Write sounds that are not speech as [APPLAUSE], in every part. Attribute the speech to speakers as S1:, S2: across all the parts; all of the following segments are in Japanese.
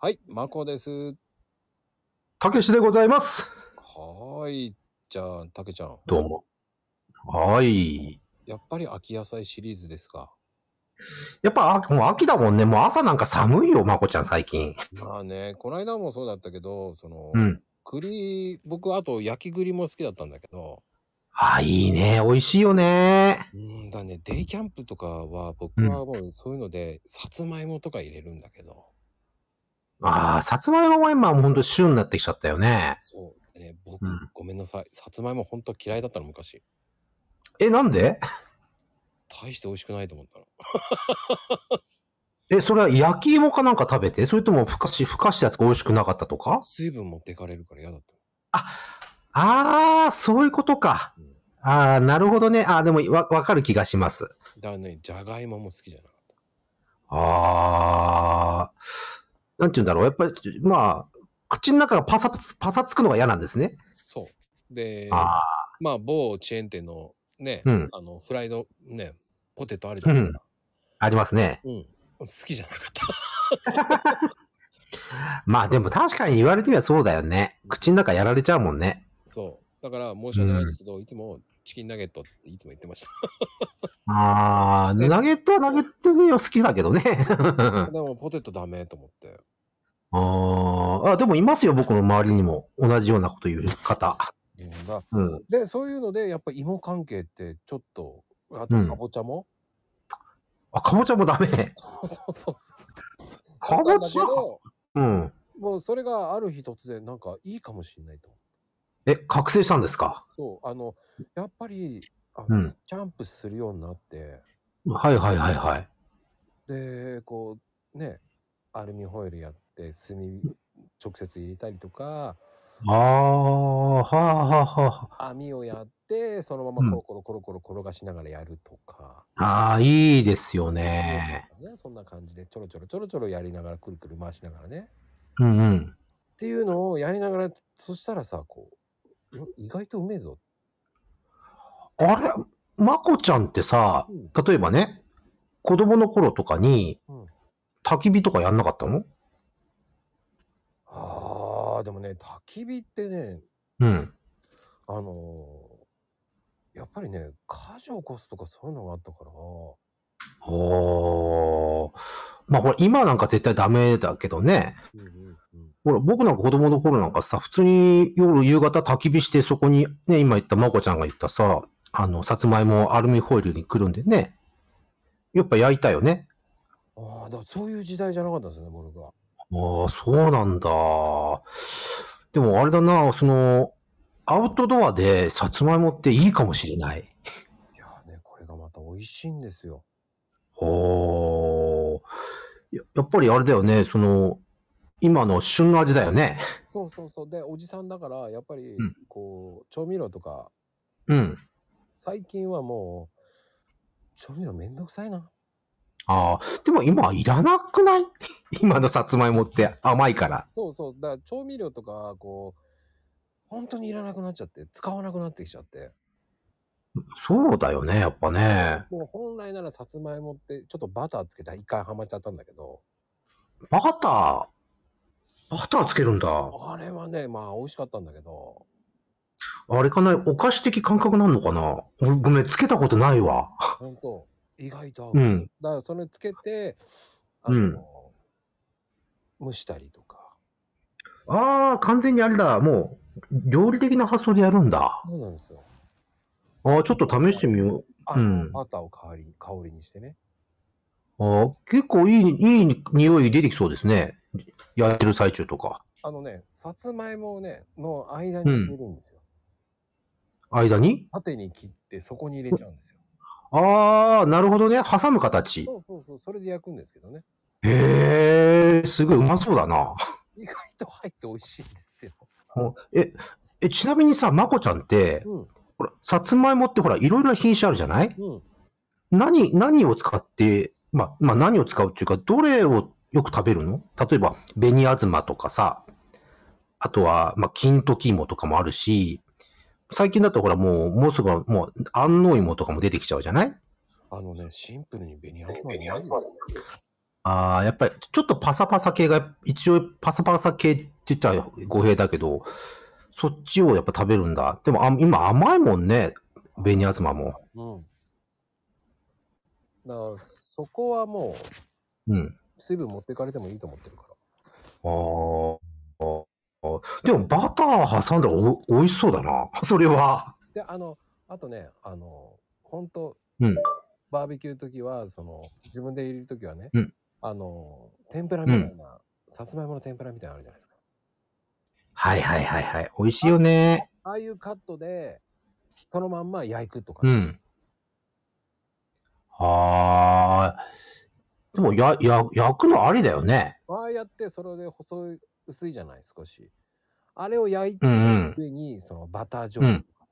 S1: はい、まこです。
S2: たけしでございます。
S1: はーい。じゃあ、たけちゃん。
S2: どうも。はーい。
S1: やっぱり秋野菜シリーズですか。
S2: やっぱ、あもう秋だもんね。もう朝なんか寒いよ、まこちゃん最近。
S1: まあね、こないだもそうだったけど、その、
S2: うん。
S1: 栗、僕、あと焼き栗も好きだったんだけど、
S2: あー、いいね。美味しいよね。
S1: うんだね、デイキャンプとかは、僕はもうそういうので、さつまいもとか入れるんだけど、
S2: ああ、さつまいもは今もうほんと旬になってきちゃったよね。
S1: そうね、僕、
S2: うん
S1: ごめんなさい。さつまいも本当嫌いだったの、昔。
S2: え、なんで
S1: 大して美味しくないと思ったの。
S2: え、それは焼き芋かなんか食べてそれともふかし、ふかしたやつが美味しくなかったとか
S1: 水分持ってかれるから嫌だったの。
S2: ああ、そういうことか。ああ、なるほどね。ああ、でもわ、わかる気がします。
S1: だからね、じゃがいもも好きじゃなかった。
S2: ああ、なんて言うんだろう。やっぱり、まあ、口の中がパサつ、パサつくのが嫌なんですね。
S1: そう。で、
S2: ああ、
S1: まあ、某チェーン店のね、
S2: うん
S1: あの、フライド、ね、ポテトあるじゃないですか。
S2: ありますね。
S1: うん。好きじゃなかった。 [LAUGHS]
S2: まあでも確かに言われてみればそうだよね。口の中やられちゃうもんね。
S1: そう。だから、申し訳ないんですけど、いつもチキンナゲットっていつも言ってました。
S2: ああ、
S1: そう
S2: ナゲットはナゲットで好きだけ
S1: [LAUGHS]
S2: どね。
S1: でも、ポテトダメと思って。
S2: あーあ、でもいますよ、僕の周りにも。同じようなこと言う方。
S1: うん、だ
S2: うん。
S1: で、そういうので、やっぱ芋関係って、ちょっと、あ
S2: う
S1: と、
S2: ん
S1: かぼちゃも、 [LAUGHS]
S2: あ、かぼちゃもダメ。
S1: そうそうそう。
S2: か
S1: なん
S2: ぼ
S1: だけ
S2: ちゃ
S1: ど、
S2: うん。
S1: もうそれがある日突然、なんかいいかもしれないと。
S2: え、覚醒したんですか
S1: そう、あの、やっぱり、あの
S2: うん
S1: キャンプするようになって、
S2: はいはいはいはい。
S1: でこうねアルミホイルやって炭直接入れたりとか
S2: ああ、はあはあは
S1: 網をやってそのまま
S2: うん
S1: コロコロコロコロ転がしながらやるとか、
S2: あ。ああ、いいですよね。
S1: ねそんな感じでちょろちょろちょろちょろやりながらくるくる回しながらね
S2: うんうん。
S1: っていうのをやりながらそしたらさこうう意外とうめえぞ、
S2: あれ、まこちゃんってさ、
S1: うん
S2: 例えばね、子供の頃とかに
S1: うん、
S2: 焚き火とかやんなかったの
S1: あーでもね焚き火ってね
S2: うん。
S1: あのーやっぱりね火事を起こすとかそういうのがあったから
S2: おー。まあほら、今なんか絶対ダメだけどね。
S1: うんうんうん
S2: ほら、僕なんか子供の頃なんかさ、普通に夜夕方焚き火してそこに、ね、今言ったまこちゃんが言ったさ、あの、さつまいもをアルミホイルにくるんでね。やっぱ焼いたよね。
S1: ああ、だからそういう時代じゃなかったんですよね、僕が。
S2: ああ、そうなんだ。でもあれだな、その、アウトドアでさつまいもっていいかもしれない。
S1: いやーね、これがまた美味しいんですよ。
S2: おーややっぱりあれだよね、その、今の旬の味だよね。
S1: そうそうそう。で、おじさんだから、やっぱり
S2: うん、
S1: こう、調味料とか、
S2: うん。
S1: 最近はもう、調味料めんどくさいな。
S2: ああ、でも今いらなくない [LAUGHS] 今のさつまいもって甘いから。
S1: そうそう。だから調味料とか、こう、本当にいらなくなっちゃって、使わなくなってきちゃって。
S2: そうだよね、やっぱね。
S1: もう本来ならさつまいもって、ちょっとバターつけた一回ハマっちゃったんだけど、
S2: バター。バターつけるんだ。
S1: あれはね、まあ美味しかったんだけど、
S2: あれかなお菓子的感覚なんのかな俺ごめん、つけたことないわ。
S1: 本当意外と合う。
S2: うん。
S1: だからそれつけて、あ
S2: うん
S1: の、蒸したりとか。
S2: ああ、完全にあれだ。もう、料理的な発想でやるんだ。あ
S1: そうなんですよ。
S2: あ、ちょっと試してみよう。
S1: あ
S2: うん
S1: バターを代わりに、香りにしてね。
S2: ああ、結構いい、いい匂い出てきそうですね。やってる最中とか。
S1: あのね、さつまいもをね、の間に入れるんですよ。
S2: 間に
S1: 縦に切って、そこに入れちゃうんですよ。
S2: ああ、なるほどね。挟む形。
S1: そうそうそう、それで焼くんですけどね。
S2: へえ、すごいうまそうだな。
S1: 意外と入って美味しいんですよ。
S2: え、え、ちなみにさ、まこちゃんって、
S1: うん。
S2: ほら、さつまいもってほら、いろいろな品種あるじゃない
S1: うん。
S2: 何、何を使って、ま、まあ、何を使うっていうか、どれをよく食べるの例えば、紅あずまとかさ、あとは、まあ、金時芋とかもあるし、最近だとほらもう、もうすぐはもう、安納芋とかも出てきちゃうじゃない
S1: あのね、シンプルに紅あずま。
S2: あああ、やっぱり、ちょっとパサパサ系が、一応パサパサ系って言ったら語弊だけど、そっちをやっぱ食べるんだ。でもあ今甘いもんね、ベニアズマも。
S1: うん。だから、そこはも
S2: うん。
S1: う、水分持ってかれてもいいと思ってるか
S2: あーあー。でもバター挟んだらお美味しそうだな。 [LAUGHS] それは。
S1: ら。で、あの、あとね、あの、本当
S2: うん
S1: バーベキューの時は、その、自分でいる時はね、
S2: うん
S1: あの、天ぷらみたいな、さつまいもの天ぷらみたいなのあるじゃないですか。
S2: はいはいはいはい。美味しいよね。
S1: ああいうカットで、そのまんま焼くとか、
S2: うん。ああ。でもや、や、焼くのありだよね。
S1: ああやって、それで細い、薄いじゃない、少し。あれを焼いて
S2: うんうん。
S1: 上に、そのバター醤油とかね、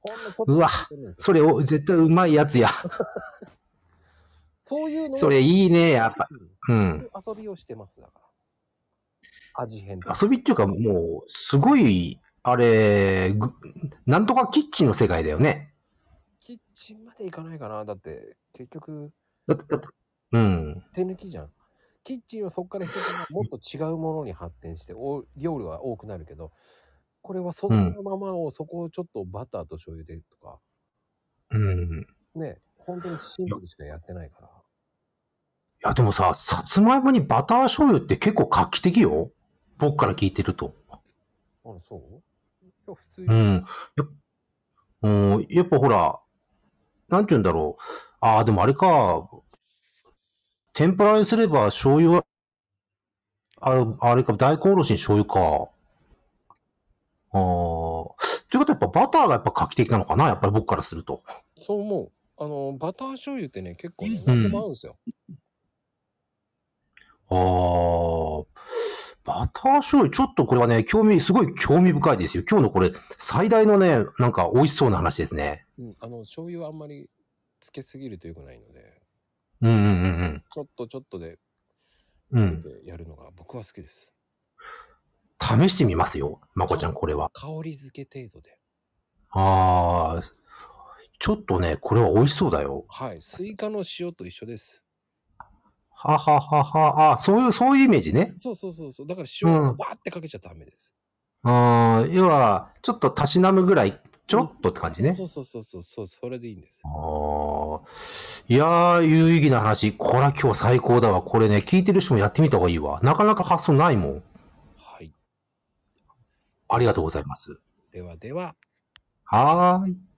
S1: ほんのちょっと
S2: うわ
S1: 入れてるんですよ
S2: それお、絶対うまいやつや。
S1: そういうのを
S2: それいいね、やっぱ。
S1: うん
S2: うん。
S1: 遊びをしてますだから。味変とか
S2: 遊びっていうか、もう、すごい、あれ、ぐなんとかキッチンの世界だよね。
S1: キッチンまで行かないかな。だって、結局、
S2: だってだってうん。
S1: 手抜きじゃん。キッチンはそこから一つもっと違うものに発展して、お料理は多くなるけど、これは素材のままを、そこをちょっとバターと醤油でとか、
S2: うん。い
S1: ね、本当にシンプルしかやってないから。
S2: や、でもさ、さつまいもにバター醤油って結構画期的よ。僕から聞いてると。
S1: あら、そういや、普通
S2: う
S1: に。
S2: ん。やうん、やっぱほら、なんて言うんだろう。ああ、でもあれか。天ぷらにすれば醤油は、あれ、あれか、大根おろしに醤油か。ああ。ということはやっぱバターがやっぱ画期的なのかなやっぱり僕からすると。
S1: そう思う。あの、バター醤油ってね、結構ね、
S2: うん
S1: 何でも合うんですよ。
S2: ああ。バター醤油、ちょっとこれはね、興味、すごい興味深いですよ。今日のこれ、最大のね、なんか美味しそうな話ですね。
S1: うん、あの、醤油はあんまりつけすぎると良くないので、
S2: うんうんうん
S1: ちょっとちょっとで
S2: うん。う
S1: つ
S2: ん
S1: け。てやるのが僕は好きです。
S2: 試してみますよ。まこちゃん、これは。
S1: 香り付け程度で。
S2: ああ、ちょっとね、これは美味しそうだよ。
S1: はい。スイカの塩と一緒です。
S2: はははは、あそういう、そういうイメージね。
S1: そうそうそうそう。だから塩
S2: うん
S1: をバーってかけちゃダメです。
S2: うん、要は、ちょっとたしなむぐらい、ちょろっとって感じね。
S1: そうそうそうそうそう。それでいいんです
S2: あ。ーいやー、有意義な話。これは今日最高だわ。これね、聞いてる人もやってみた方がいいわ。なかなか発想ないもん。
S1: はい。
S2: ありがとうございます。
S1: ではでは。
S2: はーい。